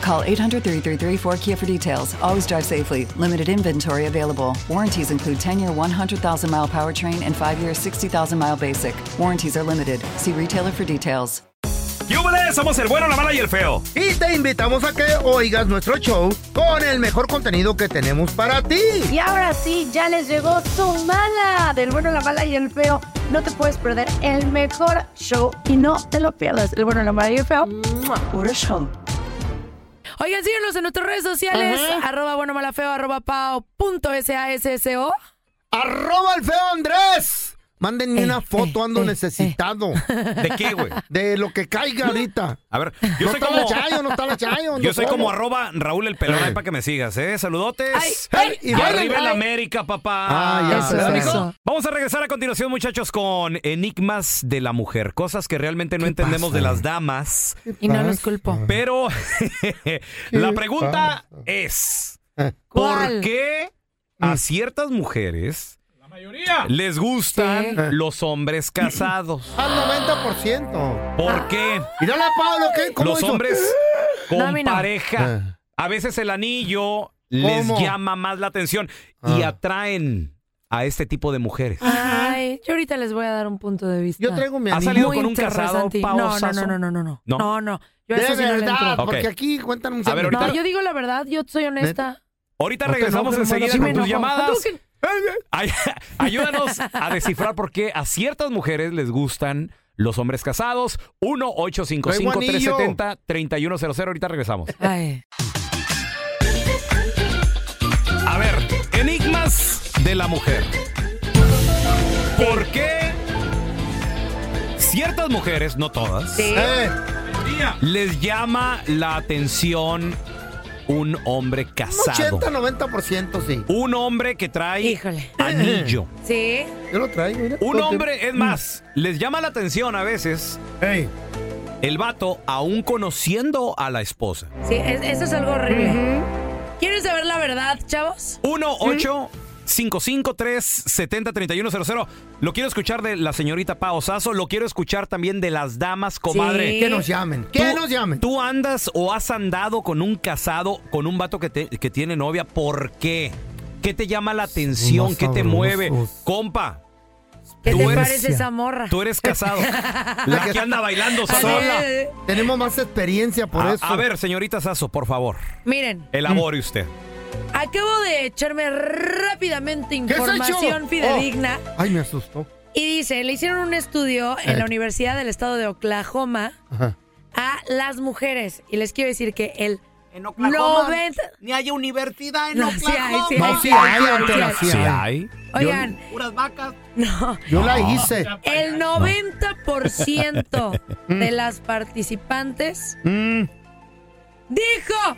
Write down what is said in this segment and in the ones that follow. Call 800 333 4KIA for details. Always drive safely. Limited inventory available. Warranties include 10 year 100,000 mile powertrain and 5 year 60,000 mile basic. Warranties are limited. See retailer for details. ¡Yúbele! Somos el bueno, la mala y el feo. Y te invitamos a que oigas nuestro show con el mejor contenido que tenemos para ti. Y ahora sí, ya les llegó su mala del bueno, la mala y el feo. No te puedes perder el mejor show y no te lo pierdas. El bueno, la mala y el feo. ¡Mua! Puro show. Oigan, síguenos en nuestras redes sociales, arroba bueno malafeo, arroba pao punto SASSO. Arroba el feo Andrés. Mándenme Eh, una foto, ando necesitado. ¿De qué, güey? De lo que caiga ahorita. A ver, yo no soy está como. la chayo, no está la chayo. Yo no soy como puedo. arroba Raúl el pelón ahí para que me sigas, ¿eh? Saludotes. Ay, ay, y ay, arriba ay. el América, papá. Ah, ya, Eso, ¿verdad, eso. mijo? Vamos a regresar a continuación, muchachos, con enigmas de la mujer. Cosas que realmente no entendemos de las damas. Y no los culpo. Pero la pregunta es: Eh. ¿por ¿Cuál? qué a ciertas mujeres. Les gustan Sí. los hombres casados. Al 90%. ¿Por qué? Mírala, Pablo, ¿qué? ¿Cómo los hizo? hombres con No, a mí no. Eh. pareja. A veces el anillo les ¿Cómo? llama más la atención Ah. y atraen a este tipo de mujeres. Ay, yo ahorita les voy a dar un punto de vista. Yo traigo mi ¿Ha anillo. salido Muy con un casado interesante. No, no, pavosazo? no, no, no, no, no. ¿No? No, Oh, no. Yo a De eso sí no le verdad, entro. Ok. porque aquí cuentan un A ver, ahorita- No, yo digo la verdad, yo soy honesta. Ahorita No te regresamos enojes, enseguida con hermano, sí me tus enojo. llamadas. Tú que- Ay- ayúdanos a descifrar por qué a ciertas mujeres les gustan los hombres casados. 1-855-370-3100. Ahorita regresamos. Ay. A ver, enigmas de la mujer. ¿Por qué ciertas mujeres, no todas, Eh, les llama la atención un hombre casado? 80-90% sí. Un hombre que trae Híjole. anillo. Sí. Yo lo traigo, mira. Un Lo- hombre, es más, les llama la atención a veces Ey. el vato aún conociendo a la esposa. Sí, es- eso es algo horrible. ¿Quieren saber la verdad, chavos? 1 8 553 70 Lo quiero escuchar de la señorita Pao Sasso. Lo quiero escuchar también de las damas, comadre. Sí. Que nos llamen. Que ¿Tú- nos llamen. ¿Tú andas o has andado con un casado, con un vato que, te- que tiene novia? ¿Por qué? ¿Qué te llama la atención? Unos ¿Qué te mueve? sabrosos. Compa, ¿Qué Tú te eres- parece esa morra? tú eres casado. la que anda bailando A sola. ver, Tenemos más experiencia por A, eso. Mm. a ver, señorita Sasso, por favor, Miren, elabore usted. acabo de echarme rápidamente ¿Qué has hecho? información fidedigna. Oh. Ay, me asustó. Y dice, le hicieron un estudio en la Universidad del Estado de Oklahoma Ajá. a las mujeres. Y les quiero decir que el En 90... Ni hay universidad en No, sí hay, Oklahoma. sí No, hay, sí sí hay, hay, sí hay, Antonio, sí hay. sí hay. Oigan, Puras vacas. no, Yo la hice. el 90% de las participantes Mm, dijo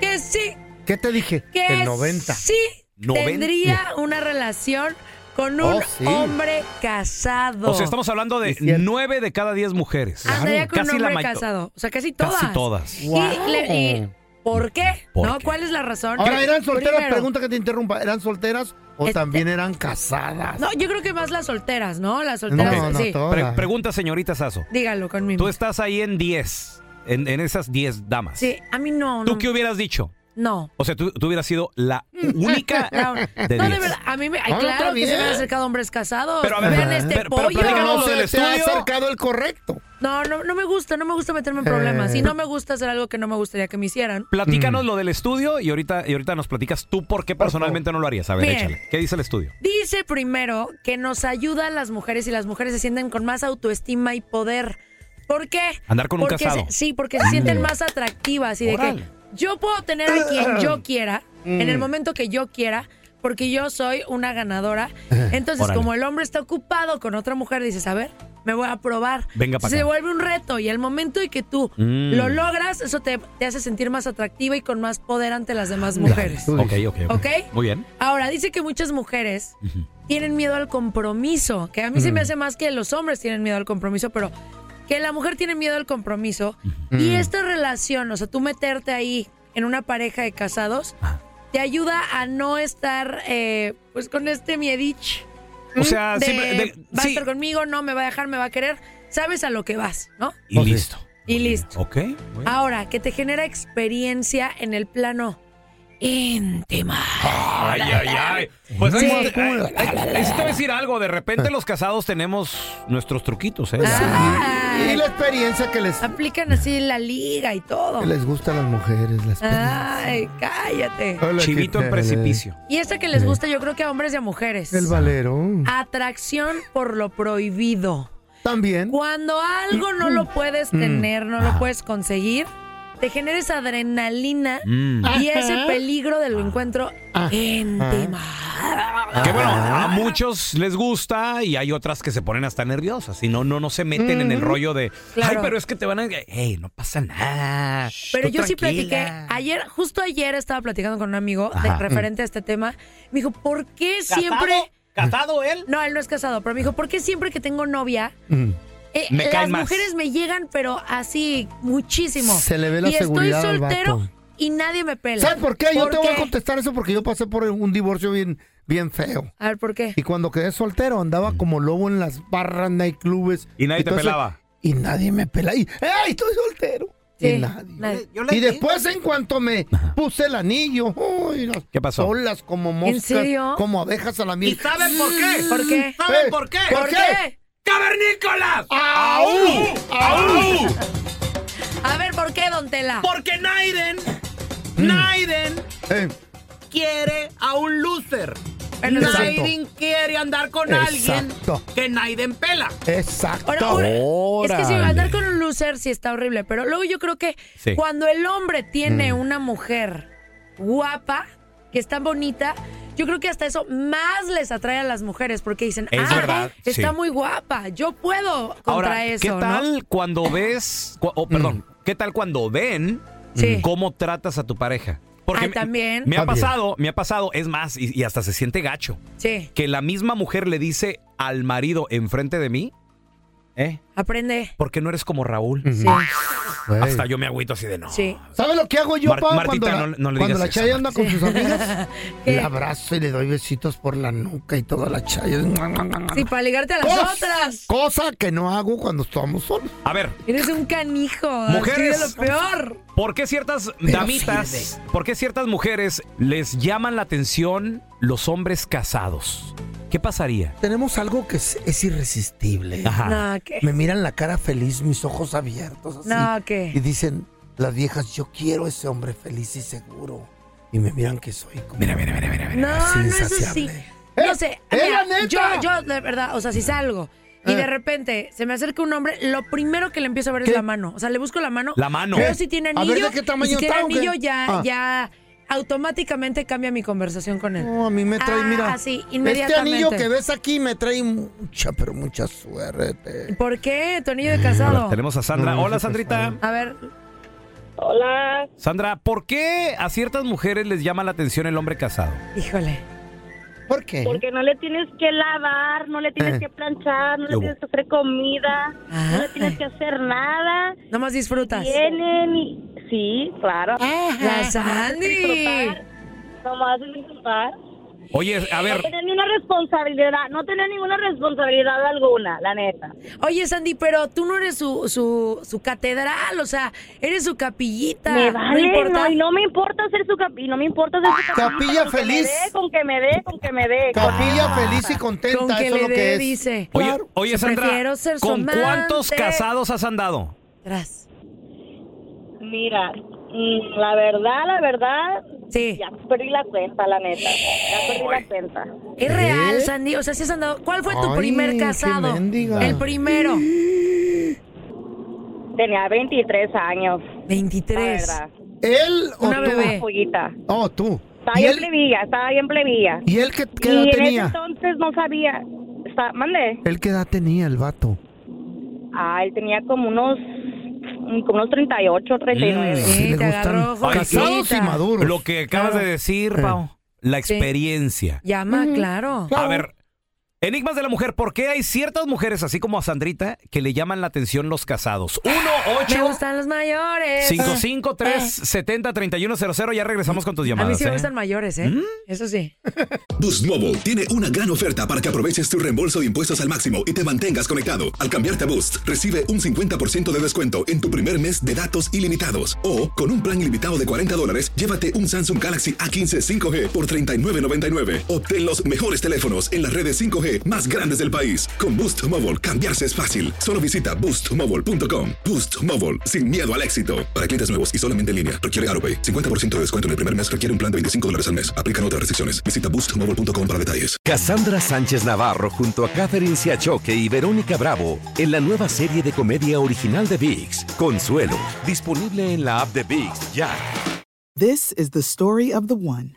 que sí, ¿Qué te dije? que el 90. sí Noven- tendría una relación con un Oh, sí. hombre casado. O sea, estamos hablando de Es cierto. nueve de cada diez mujeres. Andaría Ah, con Casi un la hombre mayo- casado. O sea, casi todas. Casi todas. Wow. Y, le- y- ¿Por qué? ¿Por ¿No? qué? ¿Cuál es la razón? Ahora, ¿eran solteras? Primero, Pregunta que te interrumpa. ¿Eran solteras o Este- también eran casadas? No, yo creo que más las solteras, ¿no? Las no, solteras, no, sí. todas. Pre- pregunta, señorita Sasso. Dígalo conmigo. Tú estás ahí en 10, en, en esas 10 damas. Sí, a mí no, ¿Tú no. qué hubieras dicho? No. O sea, tú, tú hubieras sido la única No, de Mm. no, de diez. verdad, a mí me, ay, Ah, No, no, claro está que se me bien. han acercado hombres casados. Pero a ver, Vean este pero- pero pollo. platícanos Pero Díganos no lo se del te ha estudio. acercado el correcto. No, no, no me gusta, no me gusta meterme en problemas. Eh. Y no me gusta hacer algo que no me gustaría que me hicieran. Mm. Platícanos lo del estudio y ahorita, y ahorita nos platicas tú por qué personalmente no lo harías. A ver, Bien. échale. ¿Qué dice el estudio? Dice primero que nos ayuda a las mujeres y las mujeres se sienten con más autoestima y poder. ¿Por qué? Andar con un Porque casado. se- sí, porque se sienten más atractivas y de que Órale. Mm. yo puedo tener a quien yo quiera en el momento que yo quiera. Porque yo soy una ganadora. Entonces, Órale. como el hombre está ocupado con otra mujer, dices, a ver, me voy a probar. Venga pa' Se acá. vuelve un reto y el momento en que tú Mm. lo logras, eso te, te hace sentir más atractiva y con más poder ante las demás mujeres. Ok, ok, ok. ¿Ok? Muy bien. Ahora, dice que muchas mujeres tienen miedo al compromiso, que a mí se Mm. me hace más que los hombres tienen miedo al compromiso, pero que la mujer tiene miedo al compromiso. Mm. Y esta relación, o sea, tú meterte ahí en una pareja de casados, Ah. te ayuda a no estar eh, pues con este miedich. Mm, O sea, de, siempre- de- va a sí. estar conmigo, no me va a dejar, me va a querer. Sabes a lo que vas, ¿no? Y listo. Y listo. Ok. muy bien. Ahora, que te genera experiencia en el plano íntima. Ay, ay, ay. Pues ahí, Sí. sí te- ahí- ahí- ahí sí te voy a decir algo. De repente los casados tenemos nuestros truquitos, ¿eh? Y Ah, la experiencia que les, aplican así la liga y todo. que les gusta a las mujeres. Ah. La experiencia. Ay, cállate. Hola, Chivito ¿qué en tal? precipicio. Y esta que les gusta, yo creo que a hombres y a mujeres. El valero. Ah. Atracción por lo prohibido. También. Cuando algo no lo puedes tener, no lo puedes conseguir, te genera esa adrenalina Mm. y ese peligro del encuentro íntimo. Ah. Que bueno, a muchos les gusta y hay otras que se ponen hasta nerviosas. Si no, no, no se meten en el rollo de. Ay, Mm. Claro. pero es que te van a. ¡Ey, no pasa nada! Pero tú yo sí platiqué, tranquila". ayer, justo ayer estaba platicando con un amigo de, Ajá. referente a este tema. Me dijo, ¿por qué ¿Casado? siempre... ¿Casado él? No, él no es casado, pero me dijo, ¿por qué siempre que tengo novia, Mm. eh, Me las caen más. mujeres me llegan, pero así, muchísimo? Se le ve la y estoy seguridad al soltero vato. y nadie me pela. ¿Sabes por qué? Yo te voy a qué? contestar eso porque yo pasé por un divorcio bien, bien feo. A ver, ¿por qué? Y cuando quedé soltero andaba como lobo en las barras, nightclubes. Y nadie te todo eso. pelaba. Y nadie me pelaba. Y, ¡Ey, estoy soltero! Sí, y nadie. nadie. Y después en cuanto me puse el anillo, uy, las ¿Qué pasó? olas como moscas, serio? como abejas a la miel. saben por qué? ¿Por qué? ¿Saben Eh, por qué? ¿Por ¿Por qué? qué? ¡Cavernícolas! ¡Au! ¡Au! A ver, ¿por qué, don Tela? Porque Naiden, Naiden Eh, quiere a un loser. Bueno, Exacto. Naiden quiere andar con Exacto. alguien que Naiden pela. exacto. Ahora, ahora, Oh. es que si Órale. andar con un loser sí está horrible, pero luego yo creo que Sí. Mm. cuando el hombre tiene una mujer guapa, que es tan bonita, yo creo que hasta eso más les atrae a las mujeres porque dicen, Es ah, verdad, está sí. muy guapa, yo puedo contra Ahora, eso. ¿qué ¿no? tal cuando ves, cua- oh, perdón, Mm. qué tal cuando ven Sí. cómo tratas a tu pareja? Ah, me- también. me ha También. pasado, me ha pasado, es más, y, y hasta se siente gacho, Sí, que la misma mujer le dice al marido enfrente de mí, ¿eh? aprende. ¿Por qué no eres como Raúl? Mm. Sí, Güey. Hasta yo me agüito así de no. sí. ¿Sabes lo que hago yo, Mar- Pau, Martita, cuando la, no le- no le cuando digas la eso, Chayo anda con Martita. sus amigas? ¿Qué? la abrazo y le doy besitos por la nuca y toda la Chayo. Sí, para ligarte a las ¡Oh! Cosa- otras. Cosa que no hago cuando estamos solos. A ver, Eres un canijo. Mujeres. así de lo peor. ¿por qué ciertas Pero damitas, por qué ciertas mujeres les llaman la atención los hombres casados? ¿Qué pasaría? Tenemos algo que es, es irresistible. Ah, No, ¿qué? Me miran la cara feliz, mis ojos abiertos. Así, No, ¿qué? Y dicen las viejas, yo quiero ese hombre feliz y seguro. Y me miran que soy como... Mira, mira, mira, mira, mira. No, no es así. insaciable. No sé. ¡Eh, la mira, neta! Eh. yo, yo, de verdad, o sea, si salgo y de repente se me acerca un hombre, lo primero que le empiezo a ver ¿Qué? es la mano. O sea, le busco la mano. La mano. Veo si tiene A ver, anillo. ¿de qué y tamaño si tiene está o qué? anillo, ya, Ah. ya automáticamente cambia mi conversación con él. No, a mí me trae, Ah, mira. sí, Este inmediatamente. anillo que ves aquí me trae mucha, pero mucha suerte. ¿Por qué? Tu anillo de A ver, casado. tenemos a Sandra. No, no Hola, sé qué Sandrita. A ver, Hola, Sandra, ¿por qué a ciertas mujeres les llama la atención el hombre casado? híjole. ¿Por qué? porque no le tienes que lavar, no le Ah. tienes que planchar, no ¿Qué le hubo? tienes que hacer comida, no Ay. le Ah. tienes que hacer nada. Nomás disfrutas. Vienen y... Sí, claro. La Sandy. Nomás disfrutar. Oye, a ver, No tenía ninguna responsabilidad, no tenía ninguna responsabilidad alguna, la neta. Oye, Sandy, pero tú no eres su, su, su catedral, o sea, eres su capillita. Me vale, no, importa. y no me importa ser su capi- y no me importa ser su Ah, Capilla con que me feliz. dé, Con que me dé, con que me dé. con Capilla eso feliz basta. y contenta, Con que eso es le lo dé, que es. dice. oye, Claro. oye, Sandra, Prefiero ser su ¿con cuántos amante. casados has andado? Tras. Mira, mm, la verdad, la verdad, Sí. ya perdí la cuenta, la neta. Ya perdí la cuenta. Es real, Sandy. O sea, si has andado. ¿Cuál fue tu Ay, primer qué casado? mendiga. El primero. Tenía 23 años, la 23. verdad. ¿Él o Una tú? bebé. Pollita. Oh, tú. Estaba ¿Y bien él, plebilla, estaba bien plebilla. ¿Y él qué, qué edad Y en ese tenía? entonces no sabía. Está, mande. ¿Él qué edad tenía el vato? Ah, él tenía como unos mm, como unos 38, 39. Sí, le gustan te agarró, casados y jovencita. maduros. Lo que acabas Claro. Eh. de decir, Pau, la Sí. experiencia. Llama, claro. A ver, enigmas de la mujer, ¿por qué hay ciertas mujeres, así como a Sandrita, que le llaman la atención los casados? 1 Me 8 gustan los mayores. 553 70 3100 ya regresamos con tus A mí llamadas. sí me ¿eh? gustan mayores, ¿eh? Eso sí. Boost Mobile tiene una gran oferta para que aproveches tu reembolso de impuestos al máximo y te mantengas conectado. Al cambiarte a Boost, recibe un 50% de descuento en tu primer mes de datos ilimitados. O, con un plan ilimitado de 40 dólares, llévate un Samsung Galaxy A15 5G por $39.99. Obtén los mejores teléfonos en las redes 5G más grandes del país. Con Boost Mobile, cambiarse es fácil. Solo visita boostmobile.com. Boost Mobile, sin miedo al éxito. Para clientes nuevos y solamente en línea, requiere AroPay. 50% de descuento en el primer mes requiere un plan de 25 dólares al mes. Aplican otras restricciones. Visita boostmobile.com para detalles. Cassandra Sánchez Navarro junto a Catherine Siachoque y Verónica Bravo en la nueva serie de comedia original de VIX, Consuelo, disponible en la app de VIX ya. This is the story of the one.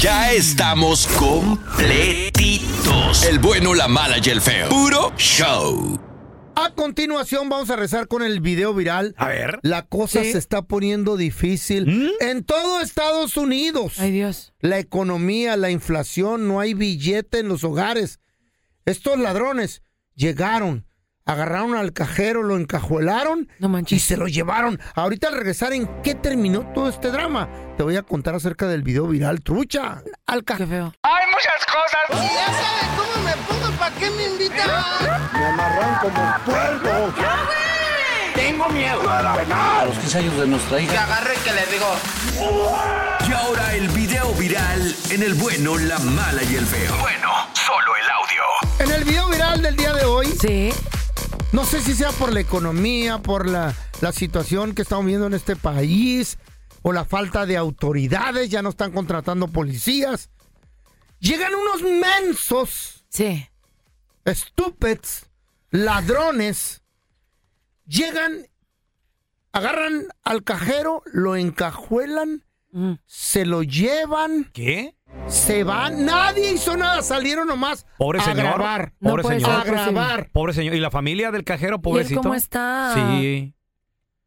Ya estamos completitos. El bueno, la mala y el feo. Puro show. A continuación vamos a rezar con el video viral. A ver. ¿Mm? La cosa Sí. se está poniendo difícil en todo Estados Unidos. Ay, Dios. La economía, la inflación, no hay billete en los hogares. Estos ladrones llegaron, agarraron al cajero, lo encajuelaron No y manches. se lo llevaron. Ahorita al regresar, ¿en qué terminó todo este drama? Te voy a contar acerca del video viral, trucha. Al Qué cajero. feo. Y ahora el video viral en el bueno, la mala y el feo. Bueno, solo el audio. En el video viral del día de hoy, Sí. No sé si sea por la economía, por la, la situación que estamos viendo en este país, o la falta de autoridades, ya no están contratando policías. Llegan unos mensos, Sí. estúpidos, ladrones. Llegan, agarran al cajero, lo encajuelan, Mm. se lo llevan, ¿Qué? se van. Nadie hizo nada, salieron nomás Pobre a señor. grabar. No Pobre puede A señor. ser. grabar. Pobre señor. ¿Y la familia del cajero, pobrecito? cómo está? Sí.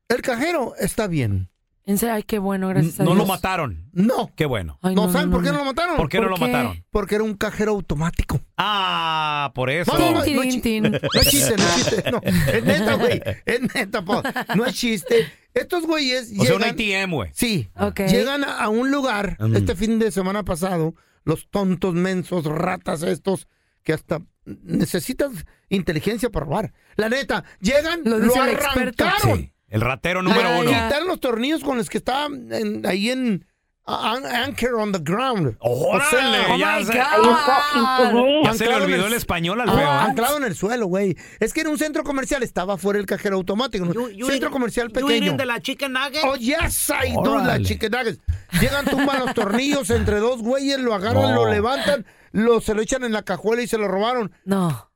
El cajero está bien. En serio, ay, qué bueno, gracias a No Dios. lo mataron. No. Qué bueno. Ay, ¿No saben por qué no lo mataron? ¿Por qué no ¿Por lo qué? mataron? Porque era un cajero automático. Ah, por eso. No, no, no. Tin, chi- tin, tin. No es chiste, no es chiste. No, es neta, güey. Es neta, po. No es chiste. Estos güeyes O sea, llegan... un ATM, güey. Sí. Ok. Llegan a a un lugar. Mm. Este fin de semana pasado, los tontos, mensos, ratas estos, que hasta necesitas inteligencia para robar. La neta, llegan, Lo lo, dice el experto. arrancaron. Sí. El ratero Le número Ah, uno. ya. quitaron los tornillos con los que estaban en- ahí en... an- Anchor on the ground. ¡Órale! Oh ya my se- Pues ya se God. le Anclado en olvidó el el- español al Ah, feo. ¿eh? anclado en el suelo, güey. Es que en un centro comercial estaba fuera el cajero automático. ¿no? centro comercial pequeño. de la chicken nugget? Oh, yes, I do, Órale. la chicken nuggets. Llegan, tumban los tornillos entre dos güeyes, lo agarran, No. lo levantan, lo, se lo echan en la cajuela y se lo robaron. No.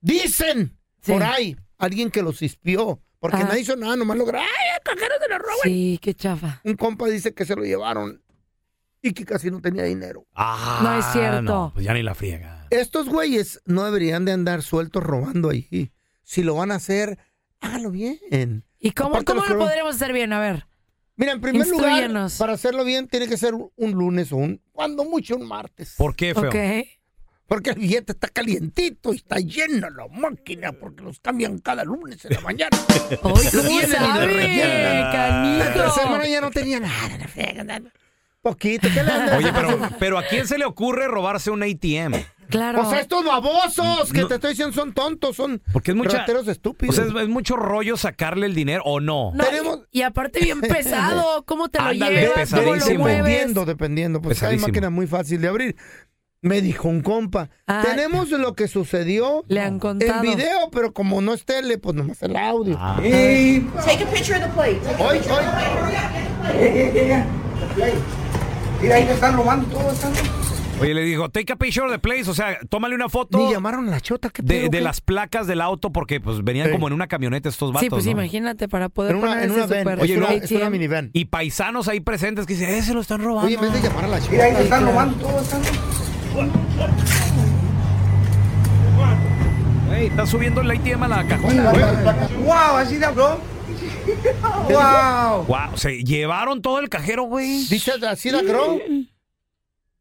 Dicen Sí. por ahí alguien que los espió. Porque Ah. nadie hizo nada, nomás lograron. ¡Ay, el cajero se lo roban! Sí, qué chafa. Un compa dice que se lo llevaron. y que casi no tenía dinero. Ah, No es cierto. no, pues ya ni la friega. Estos güeyes no deberían de andar sueltos robando ahí. Si lo van a hacer, háganlo bien. ¿Y cómo, Aparte cómo los lo programas- podríamos hacer bien? A ver. Mira, en primer lugar, para hacerlo bien tiene que ser un lunes o un, cuando mucho, un martes. ¿Por qué, feo? Porque el billete está calientito y está lleno la máquina porque los cambian cada lunes en la mañana. Hoy Lo ¿cómo llenan y lo sabe, rellenan. canijo? La tercera semana ya no tenía nada. la friega, nada. Poquito, ¿qué le andas Oye, pero, pero ¿a quién se le ocurre robarse un ATM? Claro. O sea, Pues estos babosos que No. te estoy diciendo son tontos, son Porque es mucha- rateros O estúpidos. sea, es, es mucho rollo sacarle el dinero o no. No, y, y aparte bien pesado, ¿cómo te lo Ándale, llevas? ¿Cómo lo pesadísimo. mueves? dependiendo, dependiendo, pues hay Pesadísimo. máquinas muy fácil de abrir. Me dijo un compa, Ah, tenemos lo que sucedió en contado. video, pero como no es tele, pues nomás el audio. Ah. Y- Take a picture of the plate. Take a Hoy, picture of the plate. Hurry up, get the plate. Mira, ahí te están robando todo, están. Oye, le dijo, take a picture of the place, o sea, tómale una foto. Ni llamaron a la chota, ¿qué de, pedo, de qué? las placas del auto porque pues venían como en una camioneta estos vatos, Sí, pues ¿no? imagínate, para poder En una- poner en una ese van, super oye, no, es una ATM. minivan. Y paisanos ahí presentes que dicen, ese lo están robando. Oye, en vez de llamar a la chota. Mira, ahí te y están que- robando todo, están. Ey, está subiendo el ATM a la cajona. Wow, así de habló. Wow. Wow, se llevaron todo el cajero, güey. Dice así la creo.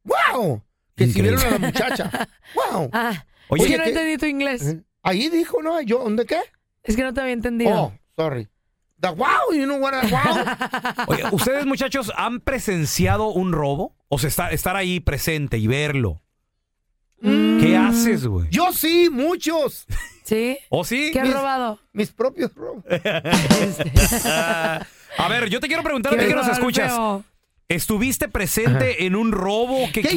¡Wow! Que si vieron a la muchacha. ¡Wow! Ah, Oye, es que no entendí tu Eh. inglés. Ahí dijo, ¿no? Yo, ¿dónde qué? Es que no te había entendido. Oh, sorry. The wow, you know what I wow. Oye, ¿ustedes muchachos han presenciado un robo? O sea, estar, estar ahí presente y verlo. Mm. ¿Qué haces, güey? Yo sí, muchos. Oh. ¿Sí? ¿O sí? ¿Qué has Mis- robado? Mis propios robos. Eh, Ah, A ver, yo te quiero preguntar a ti que nos escuchas. ¿Estuviste presente en un robo? que yo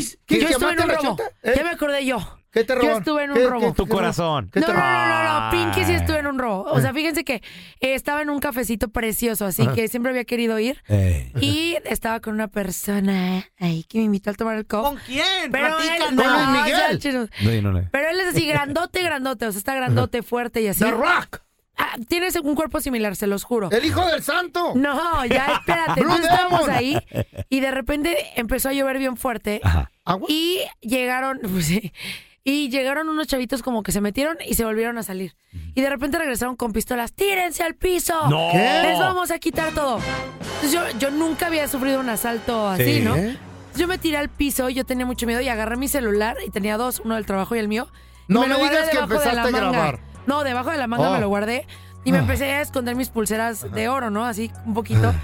estuve en un robo. ¿Eh? Ya me acordé yo. ¿Eh? ¿Qué te Yo robaron? estuve en ¿Qué- un robo. qué- Tu qué te corazón. Ah. robaron? ¿Qué No, te no, no, no, no, robaron? Pinky sí estuve en un robo. O sea, fíjense que eh, estaba en un cafecito precioso, así Ajá. que siempre había querido ir. Eh. Y estaba con una persona ahí que me invitó a tomar el coffee. ¿Con quién? Pero él, Platícanos. no, ¿Con Luis Miguel? o sea, chino. No, no, no. Pero él es así grandote, grandote, o sea, está grandote, fuerte y así. Ah, The Rock. tienes un cuerpo similar, se los juro. El hijo del santo. No, ya espérate. ¿Eh? Blue Entonces estábamos Demon. ahí y de repente empezó a llover bien fuerte y llegaron, pues, sí, y llegaron unos chavitos como que se metieron y se volvieron a salir. Y de repente regresaron con pistolas, tírense al piso. ¡No! ¿Qué? Les vamos a quitar todo. Entonces yo, yo nunca había sufrido un asalto así, Sí. ¿no? Entonces Yo me tiré al piso y yo tenía mucho miedo y agarré mi celular y tenía dos, uno del trabajo y el mío. y No me lo guardé digas que debajo de la empezaste a manga. grabar. No, debajo de la manga Oh. Ah. me lo guardé y me empecé a esconder mis pulseras de oro, ¿no? Así un poquito. Ah.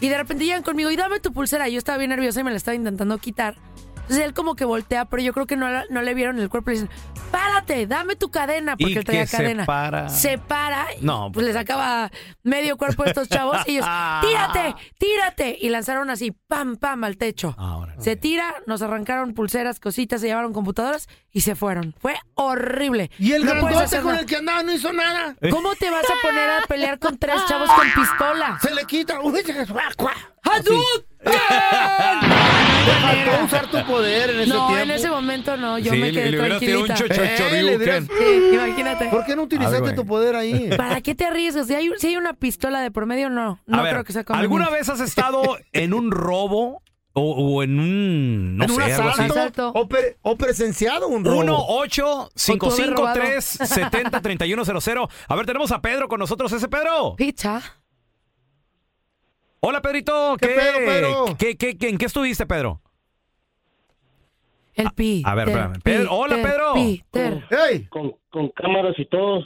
Y de repente llegan conmigo y dame tu pulsera. Yo estaba bien nerviosa y me la estaba intentando quitar. Entonces él como que voltea, pero yo creo que no, la- no le vieron el cuerpo. Le dicen, párate, dame tu cadena, porque Y él traía que se cadena. para. Se para. y, No, pues le sacaba medio cuerpo a estos chavos y ellos, tírate, tírate. Y lanzaron así, pam, pam, al techo. se tira, nos arrancaron pulseras, cositas, se llevaron computadoras y se fueron. Fue horrible. Y el No puedes grandote hacer con nada. el que andaba no hizo nada. ¿Cómo te vas a poner a pelear con tres chavos con pistola? Se le quita. Uy, se le- ¡Cuá, cuá! ¡Hadú! Te faltó usar tu poder en ese no, tiempo. en ese momento no, yo Sí, me quedé le hubieras tirado un tranquilita. chocho- Eh, le hubieras- choriuken. Sí, imagínate. ¿Por qué no utilizaste Algo, tu poder ahí? ¿Para qué te arriesgas? Si hay, un- si hay una pistola de por medio, no. A No ver, creo que sea conveniente. ¿Alguna vez has estado en un robo o, o en un, no ¿En sé, un algo así? asalto? ¿O, pre- o presenciado un robo? 1 8 5 O tú haber 5 robado. 3 70 31 00 A ver, tenemos a Pedro con nosotros. ¿Ese Pedro? Picha. Hola, Pedrito. ¿Qué, ¿Qué pedo, Pedro? ¿Qué, qué, qué- en qué estuviste, Pedro? El pi. A ver, Ter, espérame. Pedro- hola, Peter, Pedro. Peter. Con, con cámaras y todo.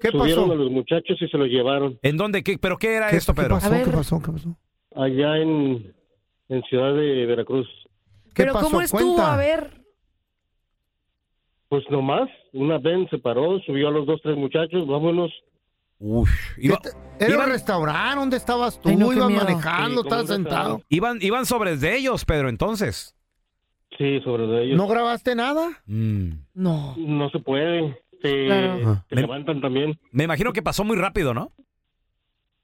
¿Qué Subieron pasó? a los muchachos y se los llevaron. ¿En dónde? ¿Qué, ¿Pero qué era esto, Pedro? pasó? ¿Qué pasó? Allá en, en Ciudad de Veracruz. ¿Pero cómo estuvo? A ver. Pues nomás, una vez se paró, subió a los dos, tres muchachos, vámonos. Uf, Era un restaurante, ¿dónde estabas tú? Ay, no, qué Ibas miedo. manejando, Sí, como estabas un sentado. Iban, iban sobre de ellos, Pedro, entonces. Sí, sobre de ellos. ¿No grabaste nada? Mm. No. No se puede. Se, Claro. se levantan también. Me imagino que pasó muy rápido, ¿no?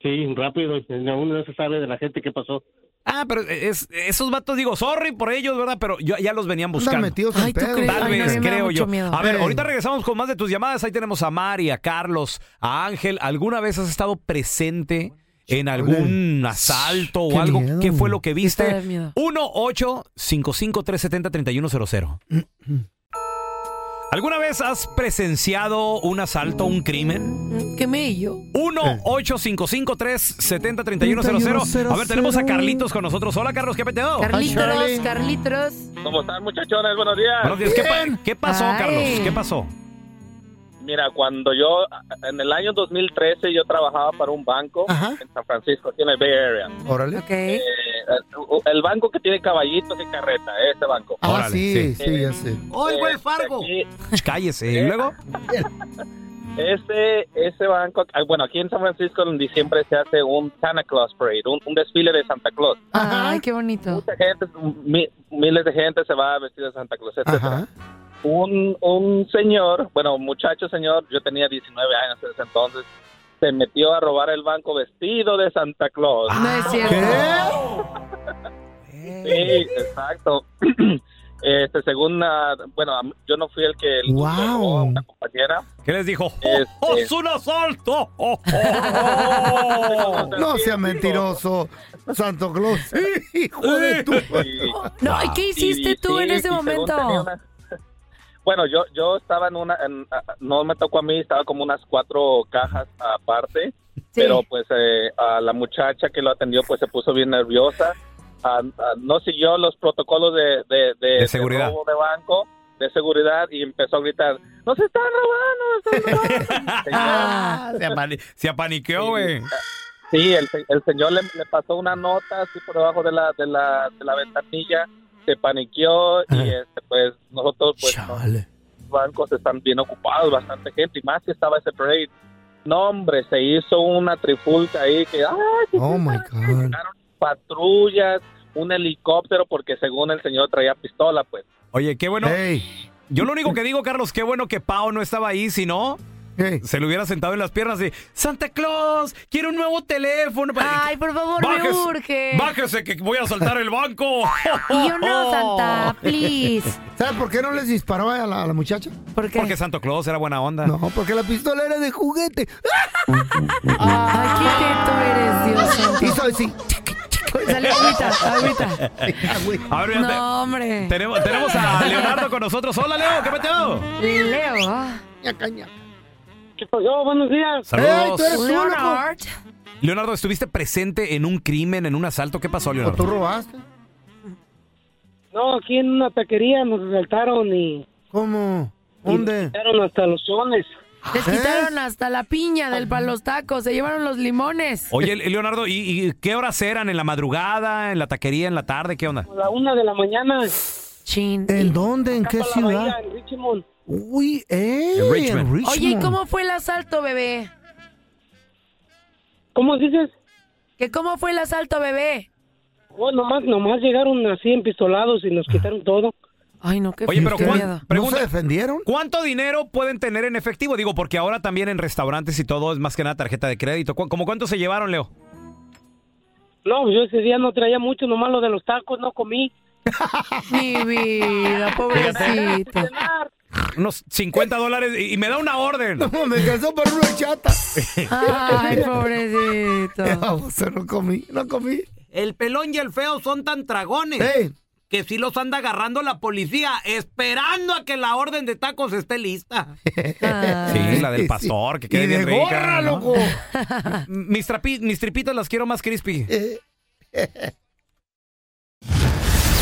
Sí, rápido. Aún no se sabe de la gente qué pasó. Ah, pero es, esos vatos, digo, sorry por ellos, ¿verdad? Pero yo- ya los venían buscando. metidos en Ay, ¿tú pedos. crees? Tal Ay, no, a vez, mí me da creo mucho yo. miedo. A ver, Ey. ahorita regresamos con más de tus llamadas. Ahí tenemos a Mari, a Carlos, a Ángel. ¿Alguna vez has estado presente en algún asalto o qué algo? miedo, ¿Qué fue güey. lo que Está de viste? miedo. 1-855-370-3100. ¿Alguna vez has presenciado un asalto o un crimen? ¿Qué me yo? 1-855-370-3100. A ver, tenemos a Carlitos con nosotros. Hola, Carlos, ¿qué peteo? Carlitos, Carlitos. ¿Cómo están, muchachones? Buenos días. Buenos días. ¿Qué, pa- qué pasó, Ay. Carlos? ¿Qué pasó? Mira, cuando yo, en el año 2013, yo trabajaba para un banco en San Francisco, aquí en el Bay Area. Órale. Eh, el, el banco que tiene caballitos y carreta, ese banco. Ah, sí, sí, ya sé. ¡Hoy, güey, Fargo! Cállese. ¿Y luego? Ese, ese banco, ah, bueno, aquí en San Francisco en diciembre se hace un Santa Claus Parade, un, un desfile de Santa Claus. Ay, qué bonito. Mi- miles de gente se va vestida de Santa Claus, etc. Un, un señor, bueno, un muchacho señor, yo tenía 19 años en ese entonces, se metió a robar el banco Eh. vestido de Santa Claus. No es cierto. Sí, exacto. Este, según, ah, bueno, a mí- yo no fui el que el ¡Wow! compañera. ¿Qué les dijo? ¡Oh, Este, es un asalto! ¡Oh, No sea mentiroso, Santo Claus. Hijo de tu. No, ¿y qué hiciste tú en ese según momento? tenía una- Bueno, yo yo estaba en una, en- ah, ah, no me tocó a mí, estaba como unas cuatro cajas aparte, pero pues eh, a la muchacha que lo atendió pues se puso bien nerviosa, Ah, ah, no siguió los protocolos de, de, de- De seguridad. de robo de banco, de seguridad y empezó a gritar, no se están robando, se están robando". Ah, se, apani- se apaniqueó, güey. Sí, el, se- el señor le, le pasó una nota así por debajo de la, de la, de la ventanilla, se paniqueó y este, pues nosotros pues los bancos están bien ocupados, bastante gente y más que estaba ese parade. No, hombre, se hizo una trifulca ahí que, ¡ay! Oh my God. patrullas, un helicóptero, porque según el señor traía pistola, pues. Oye, qué bueno. Eh. Yo lo único que digo, Carlos, qué bueno que Pau no estaba ahí, si no. Se le hubiera sentado en las piernas y Santa Claus, quiero un nuevo teléfono. para- Ay, por favor, me Bájese- urge. Bájese que voy a saltar el banco. Y yo no, Oh, Santa, please. ¿Sabes por qué no les disparó a la, a la muchacha? ¿Por Porque Santo Claus era buena onda. No, porque la pistola era de juguete. Ay, qué teto eres, Dios Ah. santo. Y soy sí. Sale agüita, agüita. A ver, espérate. No, hombre. Tenemos, tenemos a Leonardo con nosotros. Hola, Leo, ¿qué peteo? Leo. Ya caña. ¿Qué pasó? Oh, Buenos días. Saludos. Leonard. Leonardo, ¿estuviste presente en un crimen, en un asalto? ¿Qué pasó, Leonardo? ¿Tú robaste? No, aquí en una taquería nos asaltaron y... ¿Cómo? ¿Dónde? Quitaron hasta los chones. Les quitaron hasta la piña del para los tacos, se llevaron los limones. Oye, Leonardo, ¿y, y qué horas eran? ¿En la madrugada? ¿En la taquería? ¿En la tarde? ¿Qué onda? A la una de la mañana. ¿En dónde? ¿En qué ciudad? en Richmond. Uy, eh. En Richmond. en Richmond. Oye, ¿y cómo fue el asalto, bebé? ¿Cómo dices? ¿Que cómo fue el asalto, bebé? Oh, nomás, nomás llegaron así empistolados y nos quitaron todo. Ay, no, qué Oye, pero ¿cuán- pregunta, defendieron? ¿cuánto dinero pueden tener en efectivo? Digo, porque ahora también en restaurantes y todo es más que nada tarjeta de crédito. ¿Cu- ¿Cómo cuánto se llevaron, Leo? No, yo ese día no traía mucho, nomás lo de los tacos, no comí. Mi vida, pobrecito. Ah, Unos 50 dólares y, y me da una orden. No, me cansó por una chata. Ay, pobrecito. no comí, no comí. El pelón y el feo son tan tragones que si los anda agarrando la policía esperando a que la orden de tacos esté lista. Sí, la del pastor, que quede Y bien de rica, gorra, ¿no? loco. Mis, trapi- mis tripitas las quiero más crispy.